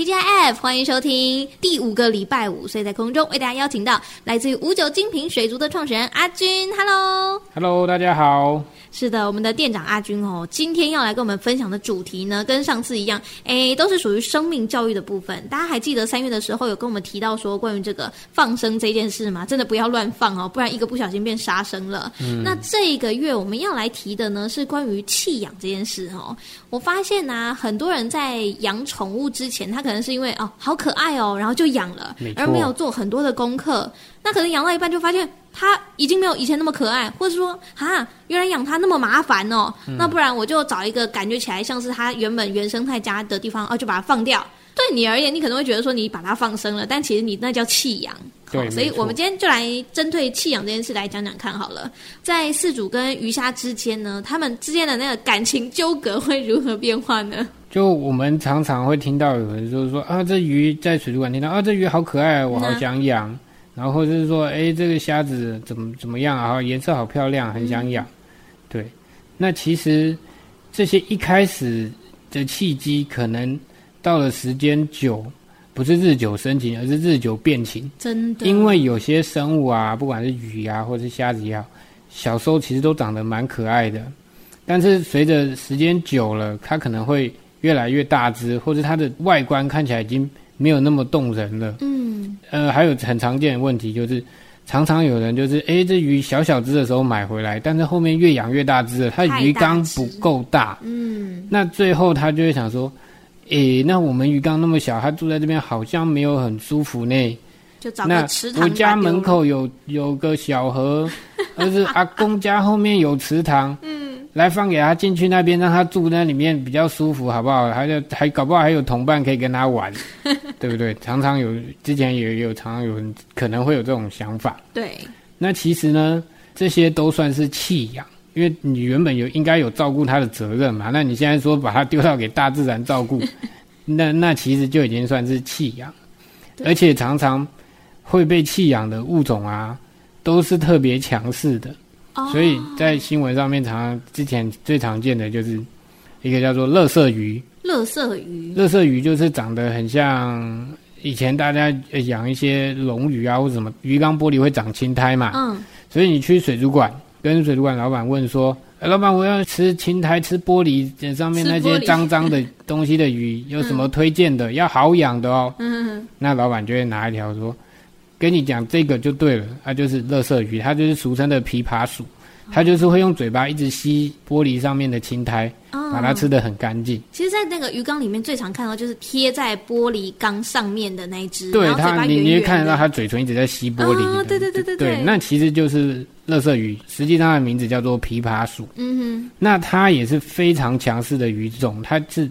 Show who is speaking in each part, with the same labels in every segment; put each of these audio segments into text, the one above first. Speaker 1: TGIF，欢迎收听第五个礼拜五，所以在空中为大家邀请到来自于五九精品水族的创始人阿军，Hello。
Speaker 2: Hello，大家好。
Speaker 1: 是的，我们的店长阿军哦，今天要来跟我们分享的主题呢，跟上次一样，哎，都是属于生命教育的部分。大家还记得三月的时候有跟我们提到说关于这个放生这件事吗？真的不要乱放哦，不然一个不小心变杀生了。
Speaker 2: 嗯
Speaker 1: 那这个月我们要来提的呢，是关于弃养这件事哦。我发现啊，很多人在养宠物之前，他可能是因为哦好可爱哦，然后就养了
Speaker 2: 没，错
Speaker 1: 而没有做很多的功课。那可能养到一半就发现它已经没有以前那么可爱，或者说啊，原来养它那么麻烦哦。
Speaker 2: 嗯
Speaker 1: 那不然我就找一个感觉起来像是它原本原生态家的地方，哦，就把它放掉。对你而言，你可能会觉得说你把它放生了，但其实你那叫弃养。
Speaker 2: 对
Speaker 1: 好所以
Speaker 2: 没错
Speaker 1: 我们今天就来针对弃养这件事来讲讲看好了。在饲主跟鱼虾之间呢，他们之间的那个感情纠葛会如何变化呢？
Speaker 2: 就我们常常会听到有人就是说啊，这鱼在水族馆听到啊，这鱼好可爱，我好想养。然后或者是说，哎，这个虾子怎么怎么样啊？颜色好漂亮，很想养。对，那其实这些一开始的契机，可能到了时间久，不是日久生情，而是日久变情。
Speaker 1: 真的，
Speaker 2: 因为有些生物啊，不管是鱼啊，或是虾子也好，小时候其实都长得蛮可爱的，但是随着时间久了，它可能会越来越大只，或者它的外观看起来已经没有那么动人了。
Speaker 1: 嗯，
Speaker 2: 呃，还有很常见的问题就是，常常有人就是，诶，这鱼小小只的时候买回来，但是后面越养越大只了，它
Speaker 1: 太大
Speaker 2: 鱼缸
Speaker 1: 只
Speaker 2: 不够大，
Speaker 1: 嗯，
Speaker 2: 那最后他就会想说，诶，那我们鱼缸那么小，它住在这边好像没有很舒服呢。
Speaker 1: 就找
Speaker 2: 那
Speaker 1: 个池塘。
Speaker 2: 我家门，口有有个小 河，而是阿公家后面有池塘，嗯，来放给他进去那边，让他住那里面比较舒服，好不好？还有还搞不好还有同伴可以跟 他玩，对不对？常常有之前也有常常有人可能会有这种想法。
Speaker 1: 对，
Speaker 2: 那其实呢，这些都算是弃养，因为你原本有应该有照顾它的责任嘛。那你现在说把它丢到给大自然 照顾，那那其实就已经算是弃养，
Speaker 1: 对
Speaker 2: 而且常常会被弃养的物种啊，都是特别强势的。
Speaker 1: 哦
Speaker 2: 所以在新闻上面常常之前最常见的就是一个叫做乐色鱼，
Speaker 1: 乐色鱼，
Speaker 2: 乐色鱼就是长得很像。以前大家呃养一些龙鱼啊，或者什么鱼缸玻璃会长青苔嘛，
Speaker 1: 嗯，
Speaker 2: 所以你去水族馆跟水族馆老板问说：“哎，老板，我要吃青苔、吃玻璃呃上面那
Speaker 1: 吃玻
Speaker 2: 些
Speaker 1: 璃
Speaker 2: 脏脏的东西的鱼，有什么推荐的？要好养的哦。”
Speaker 1: 嗯，
Speaker 2: 那老板就会拿一条说：“跟你讲这个就对了，它就是乐色鱼，它就是俗称的琵琶鼠，
Speaker 1: 哦
Speaker 2: 它就是会用嘴巴一直吸玻璃上面的青苔，把
Speaker 1: 把
Speaker 2: 它吃得很干净。
Speaker 1: 嗯其实，在那个鱼缸里面，最常看到就是贴在玻璃缸上面的那一只，
Speaker 2: 对
Speaker 1: 然后嘴
Speaker 2: 它，
Speaker 1: 巴
Speaker 2: 你
Speaker 1: 圆
Speaker 2: 你
Speaker 1: 圆
Speaker 2: 会
Speaker 1: 的
Speaker 2: 看得到它嘴唇一直在吸玻璃
Speaker 1: 啊
Speaker 2: 的。
Speaker 1: 对对对对
Speaker 2: 对
Speaker 1: 对
Speaker 2: 那其实就是乐色鱼，实际上它的名字叫做琵琶鼠。
Speaker 1: 嗯
Speaker 2: 那它也是非常强势的鱼种，它是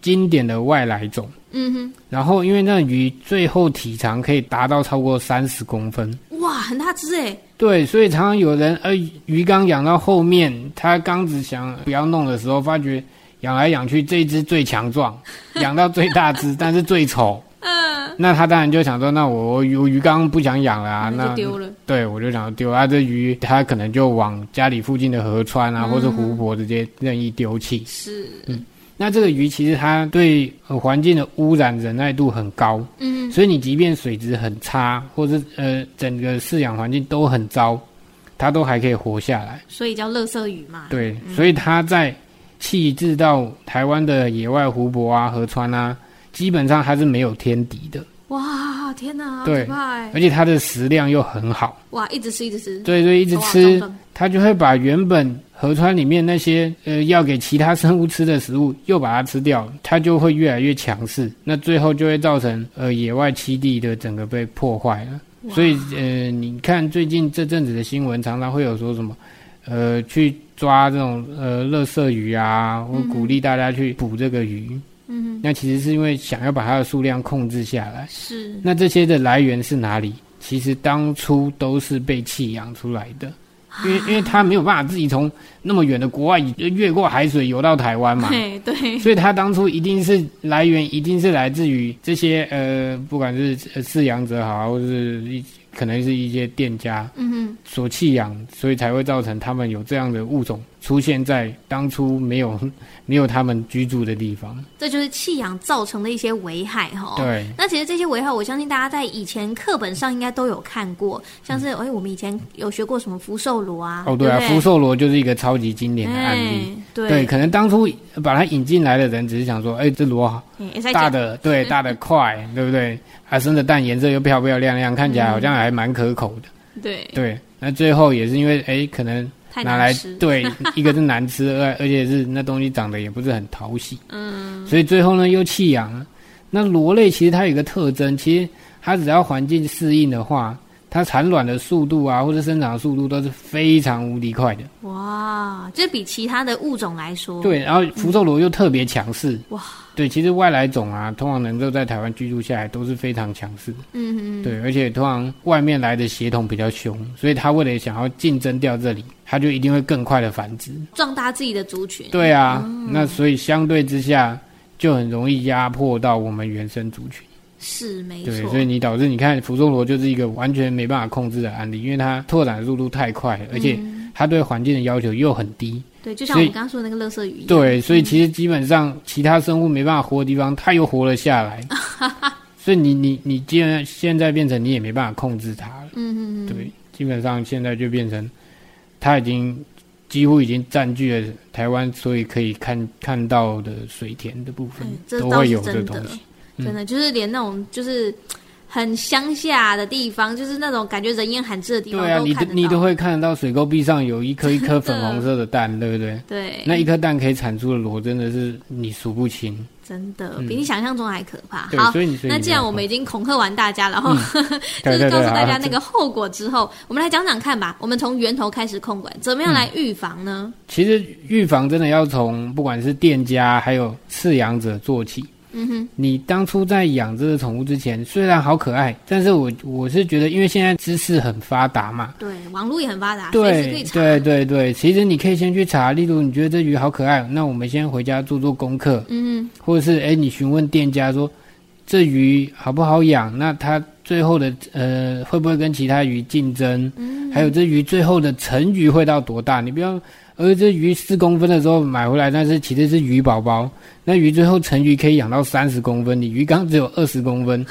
Speaker 2: 经典的外来种。
Speaker 1: 哼，嗯
Speaker 2: 然后，因为那鱼最后体长可以达到超过三十公分，
Speaker 1: 哼，哇，很大只哎，
Speaker 2: 对，所以常常有人呃鱼缸养到后面，它缸子想不要弄的时候，发觉养来养去这一只最强 壮，养到最大只，但是最丑。嗯，那他当然就想说，那我我鱼缸不想养了啊，
Speaker 1: 那
Speaker 2: 那
Speaker 1: 嗯就丢了。
Speaker 2: 对，我就想要丢啊，这鱼它可能就往家里附近的河川啊，或者湖泊直接任意丢弃。
Speaker 1: 嗯
Speaker 2: 嗯
Speaker 1: 是，
Speaker 2: 那这个鱼其实它对呃环境的污染忍耐度很高，
Speaker 1: 嗯，
Speaker 2: 所以你即便水质很差，或者呃整个饲养环境都很糟，它都还可以活下来。
Speaker 1: 所以叫乐色鱼嘛。
Speaker 2: 对，所以它在弃置到台湾的野外湖泊啊、河川啊，基本上它是没有天敌的，
Speaker 1: 哇，天哪，好可
Speaker 2: 对
Speaker 1: 怕哎！
Speaker 2: 而且它的食量又很好，
Speaker 1: 哇，一直吃，一直吃，
Speaker 2: 对，所以一直
Speaker 1: 哇
Speaker 2: 吃。
Speaker 1: 撞撞
Speaker 2: 它就会把原本河川里面那些呃要给其他生物吃的食物，又把它吃掉，它就会越来越强势。那最后就会造成呃野外栖地的整个被破坏了。
Speaker 1: 哇
Speaker 2: 所以呃，你看最近这阵子的新闻，常常会有说什么呃去抓这种呃乐色鱼啊，我鼓励大家去捕这个鱼。
Speaker 1: 嗯
Speaker 2: 那其实是因为想要把它的数量控制下来
Speaker 1: 哼，。是
Speaker 2: 那这些的来源是哪里？其实当初都是被弃养出来的，因
Speaker 1: 啊
Speaker 2: 为因为他没有办法自己从那么远的国外越过海水游到台湾嘛，
Speaker 1: 嘿，对，
Speaker 2: 所以他当初一定是来源一定是来自于这些呃，不管是呃饲养者好，或是一可能是一些店家
Speaker 1: 嗯哼，
Speaker 2: 所弃养，所以才会造成他们有这样的物种出现在当初没有没有他们居住的地方。
Speaker 1: 这就是弃养造成的一些危害哈。
Speaker 2: 对，
Speaker 1: 那其实这些危害，我相信大家在以前课本上应该都有看过，像是哎、我们以前有学过什么福寿螺啊，
Speaker 2: 嗯哦，
Speaker 1: 对
Speaker 2: 对啊，
Speaker 1: 不
Speaker 2: 福寿螺就是一个超级经典的案例。
Speaker 1: 哎，对，
Speaker 2: 对，可能当初把它引进来的人只是想说，哎，这螺好
Speaker 1: 哎也在
Speaker 2: 大
Speaker 1: 讲
Speaker 2: 的，对，大的快，对不对？它生的蛋颜色又漂漂亮亮，看起来好像还蛮可口的。
Speaker 1: 嗯对，
Speaker 2: 对，那最后也是因为，哎，可能
Speaker 1: 太
Speaker 2: 拿
Speaker 1: 难
Speaker 2: 来
Speaker 1: 吃，
Speaker 2: 对， 一个是难吃，而而且是那东西长得也不是很讨喜，嗯，所以最后呢又弃养了。那螺类其实它有一个特征，其实它只要环境适应的话，它产卵的速度啊，或者生长的速度都是非常无敌快的。
Speaker 1: 哇，这比其他的物种来说，
Speaker 2: 对，然后福寿螺又特别强势。
Speaker 1: 哦嗯哇，
Speaker 2: 对，其实外来种啊，通常能够在台湾居住下来都是非常强势的。
Speaker 1: 嗯嗯，
Speaker 2: 对，而且通常外面来的血统比较凶，所以它为了想要竞争掉这里，它就一定会更快的繁殖。
Speaker 1: 壮大自己的族群，
Speaker 2: 对啊，
Speaker 1: 嗯
Speaker 2: 那所以相对之下就很容易压迫到我们原生族群。
Speaker 1: 是没
Speaker 2: 对，
Speaker 1: 错
Speaker 2: 所，以你导致你看福寿螺就是一个完全没办法控制的案例，因为它拓展速度太快了，而且
Speaker 1: 嗯
Speaker 2: 它对环境的要求又很低。
Speaker 1: 对，就像我
Speaker 2: 所以
Speaker 1: 们刚刚说的那个乐色鱼一样，
Speaker 2: 对，所以其实基本上其他生物没办法活的地方，它又活了 下来。所以你你你既然现在变成你也没办法控制它了，
Speaker 1: 嗯嗯嗯，
Speaker 2: 对，基本上现在就变成它已经几乎已经占据了台湾，所以可以看看到的水田的部分
Speaker 1: 哎，这
Speaker 2: 都
Speaker 1: 倒
Speaker 2: 会
Speaker 1: 是
Speaker 2: 有这
Speaker 1: 真
Speaker 2: 东
Speaker 1: 的
Speaker 2: 西。，嗯
Speaker 1: 真的就是连那种就是很乡下的地方，就是那种感觉人烟罕至的地方，
Speaker 2: 对啊，
Speaker 1: 都
Speaker 2: 你
Speaker 1: 看
Speaker 2: 都
Speaker 1: 得到
Speaker 2: 你都会看得到水沟壁上有一颗一颗粉红色的蛋，对不对？
Speaker 1: 对，
Speaker 2: 那一颗蛋可以产出的螺真的是你数不清，
Speaker 1: 真的
Speaker 2: 嗯
Speaker 1: 比你想象中还可怕。
Speaker 2: 对，
Speaker 1: 好，
Speaker 2: 所以你所以
Speaker 1: 那
Speaker 2: 你
Speaker 1: 既
Speaker 2: 没
Speaker 1: 然
Speaker 2: 有
Speaker 1: 我们
Speaker 2: 办
Speaker 1: 已经恐吓完大家了，然后、
Speaker 2: 法
Speaker 1: 就
Speaker 2: 嗯对
Speaker 1: 是告诉
Speaker 2: 对对
Speaker 1: 大家
Speaker 2: 啊
Speaker 1: 那个后果之后，我们来讲讲看吧。我们从源头开始控管，
Speaker 2: 嗯
Speaker 1: 怎么样来预防呢？
Speaker 2: 其实预防真的要从不管是店家还有饲养者做起。
Speaker 1: 嗯哼，
Speaker 2: 你当初在养这个宠物之前，虽然好可爱，但是我我是觉得，因为现在知识很发达嘛，
Speaker 1: 对，网络也很发达，啊随时可以
Speaker 2: 对
Speaker 1: 查。
Speaker 2: 对对对，其实你可以先去查，例如你觉得这鱼好可爱，那我们先回家做做功课，
Speaker 1: 嗯
Speaker 2: 或者是哎你询问店家说这鱼好不好养，那它最后的呃会不会跟其他鱼竞争？
Speaker 1: 嗯，
Speaker 2: 还有这鱼最后的成鱼会到多大？你不要，而这鱼四公分的时候买回来，但是其实是鱼宝宝，那鱼最后成鱼可以养到三十公分，你鱼缸只有二十公分，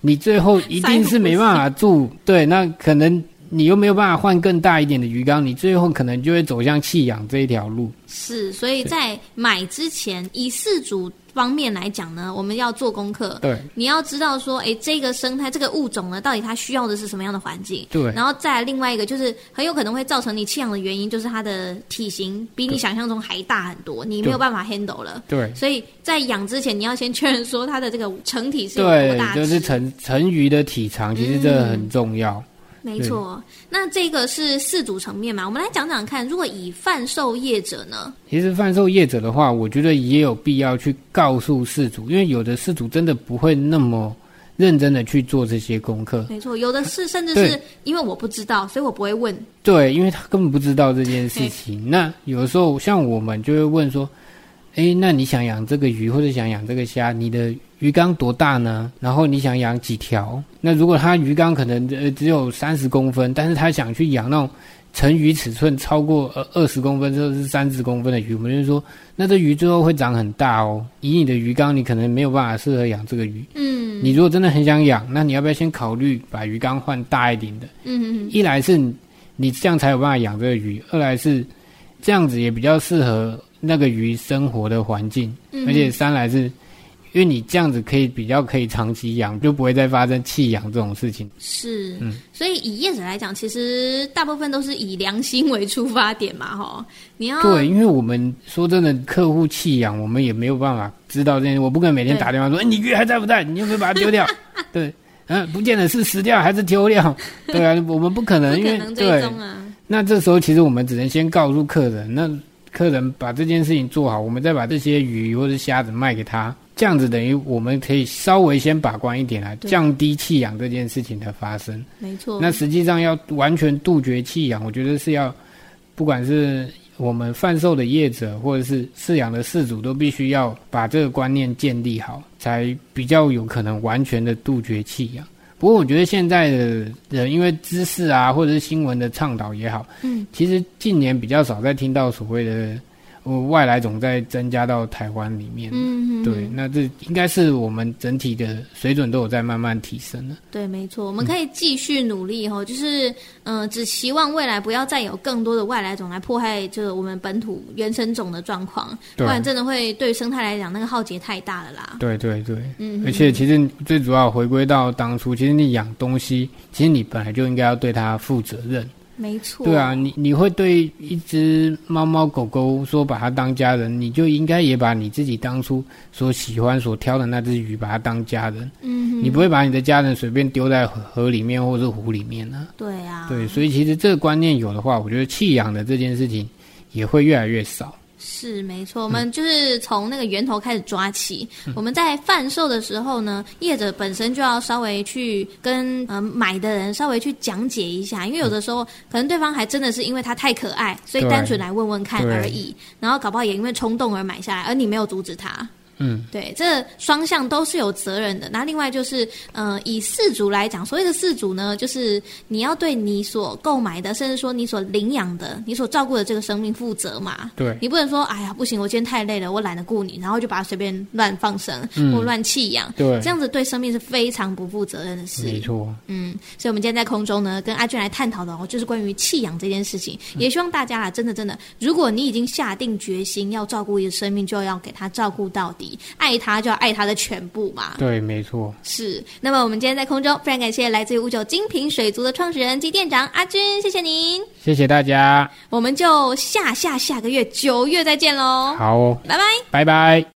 Speaker 2: 你最后一定是没办法住。对，那可能你又没有办法换更大一点的鱼缸，你最后可能就会走向弃养这一条路。
Speaker 1: 是，所以在买之前，以饲主方面来讲呢，我们要做功课。
Speaker 2: 对
Speaker 1: 你要知道说，哎，这个生态、这个物种呢，到底它需要的是什么样的环境？
Speaker 2: 对
Speaker 1: 然后再来另外一个就是，很有可能会造成你弃养的原因，就是它的体型比你
Speaker 2: 对
Speaker 1: 想象中还大很多，你没有
Speaker 2: 对
Speaker 1: 办法 handle 了。
Speaker 2: 对
Speaker 1: 所以在养之前，你要先确认说它的这个成体是有多
Speaker 2: 对，
Speaker 1: 大只，
Speaker 2: 就是成成鱼的体长，其实这
Speaker 1: 嗯
Speaker 2: 很重要。
Speaker 1: 没错。那这个是四组层面嘛？我们来讲讲看，如果以贩售业者呢，
Speaker 2: 其实贩售业者的话，我觉得也有必要去告诉事主，因为有的事主真的不会那么认真的去做这些功课，
Speaker 1: 没错，有的是甚至
Speaker 2: 对
Speaker 1: 是因为我不知道，所以我不会问。
Speaker 2: 对，因为他根本不知道这件事情。那有的时候像我们就会问说，诶，那你想养这个鱼或者想养这个虾，你的鱼缸多大呢？然后你想养几条？那如果他鱼缸可能呃只有三十公分，但是他想去养那种成鱼尺寸超过呃二十公分甚至是三十公分的鱼，我们就说，那这鱼最后会长很大哦。以你的鱼缸，你可能没有办法适合养这个鱼。
Speaker 1: 嗯
Speaker 2: 你如果真的很想养，那你要不要先考虑把鱼缸换大一点的？
Speaker 1: 嗯嗯
Speaker 2: 一来是你这样才有办法养这个鱼，二来是这样子也比较适合那个鱼生活的环境，
Speaker 1: 嗯，
Speaker 2: 而且三来是因为你这样子可以比较可以长期养，就不会再发生弃养这种事情。
Speaker 1: 是，
Speaker 2: 嗯
Speaker 1: 所以以业者来讲，其实大部分都是以良心为出发点嘛，哈。你要
Speaker 2: 对，因为我们说真的，客户弃养，我们也没有办法知道这件事。我不可能每天
Speaker 1: 对
Speaker 2: 打电话说：“哎，你鱼还在不在？你有没有把它 丢掉？”对，嗯、不见得是死掉还是丢掉。对啊，我们不可
Speaker 1: 不
Speaker 2: 能，因
Speaker 1: 可
Speaker 2: 为
Speaker 1: 能追
Speaker 2: 对，
Speaker 1: 踪啊，
Speaker 2: 那这时候其实我们只能先告诉客人，那客人把这件事情做好，我们再把这些鱼或者虾子卖给他，这样子等于我们可以稍微先把关一点啊，
Speaker 1: 对
Speaker 2: 降低弃养这件事情的发生。
Speaker 1: 没错。
Speaker 2: 那实际上要完全杜绝弃养，我觉得是要，不管是我们贩售的业者或者是饲养的饲主，都必须要把这个观念建立好，才比较有可能完全的杜绝弃养。不过我觉得现在的人，因为知识啊，或者是新闻的倡导也好，
Speaker 1: 嗯，
Speaker 2: 其实近年比较少再听到所谓的、呃、外来种在增加到台湾里面。
Speaker 1: 嗯，嗯
Speaker 2: 对，那这应该是我们整体的水准都有在慢慢提升了。
Speaker 1: 对，没错，我们可以继续努力哦，就是嗯、呃只希望未来不要再有更多的外来种来迫害这个我们本土原生种的状况，不
Speaker 2: 对
Speaker 1: 然真的会对生态来讲那个浩劫太大了啦。
Speaker 2: 对对对，
Speaker 1: 嗯，
Speaker 2: 而且其实最主要回归到当初，其实你养东西，其实你本来就应该要对它负责任。
Speaker 1: 没错，
Speaker 2: 对啊，，你你会对一只猫猫狗狗说把它当家人，你就应该也把你自己当初所喜欢所挑的那只鱼把它当家人，
Speaker 1: 嗯哼，
Speaker 2: 你不会把你的家人随便丢在河河里面或是湖里面啊。
Speaker 1: 对啊，
Speaker 2: 对，所以其实这个观念有的话，我觉得弃养的这件事情也会越来越少。
Speaker 1: 是没错，我们就是从那个源头开始抓起。我们在贩售的时候呢，业者本身就要稍微去跟呃买的人稍微去讲解一下，因为有的时候可能对方还真的是因为它太可爱，所以
Speaker 2: 对
Speaker 1: 单纯来问问看而已，然后搞不好也因为冲动而买下来，而你没有阻止他。
Speaker 2: 嗯，
Speaker 1: 对，这双向都是有责任的。那另外就是，呃，以饲主来讲，所谓的饲主呢，就是你要对你所购买的，甚至说你所领养的、你所照顾的这个生命负责嘛。
Speaker 2: 对
Speaker 1: 你不能说，哎呀，不行，我今天太累了，我懒得顾你，然后就把它随便乱放生、或乱弃养，
Speaker 2: 嗯对
Speaker 1: 这，样子对生命是非常不负责任的事。
Speaker 2: 没错。
Speaker 1: 嗯，所以我们今天在空中呢，跟阿俊来探讨的哦，就是关于弃养这件事情。
Speaker 2: 嗯
Speaker 1: 也希望大家啊，真的真的，如果你已经下定决心要照顾一个生命，就要给他照顾到底，爱他就要爱他的全部嘛。
Speaker 2: 对，没错。
Speaker 1: 是。那么我们今天在空中非常感谢来自于五九精品水族的创始人及店长阿军，谢谢您。
Speaker 2: 谢谢大家，
Speaker 1: 我们就下下下个月九月再见喽，
Speaker 2: 好，哦
Speaker 1: 拜拜。
Speaker 2: 拜拜。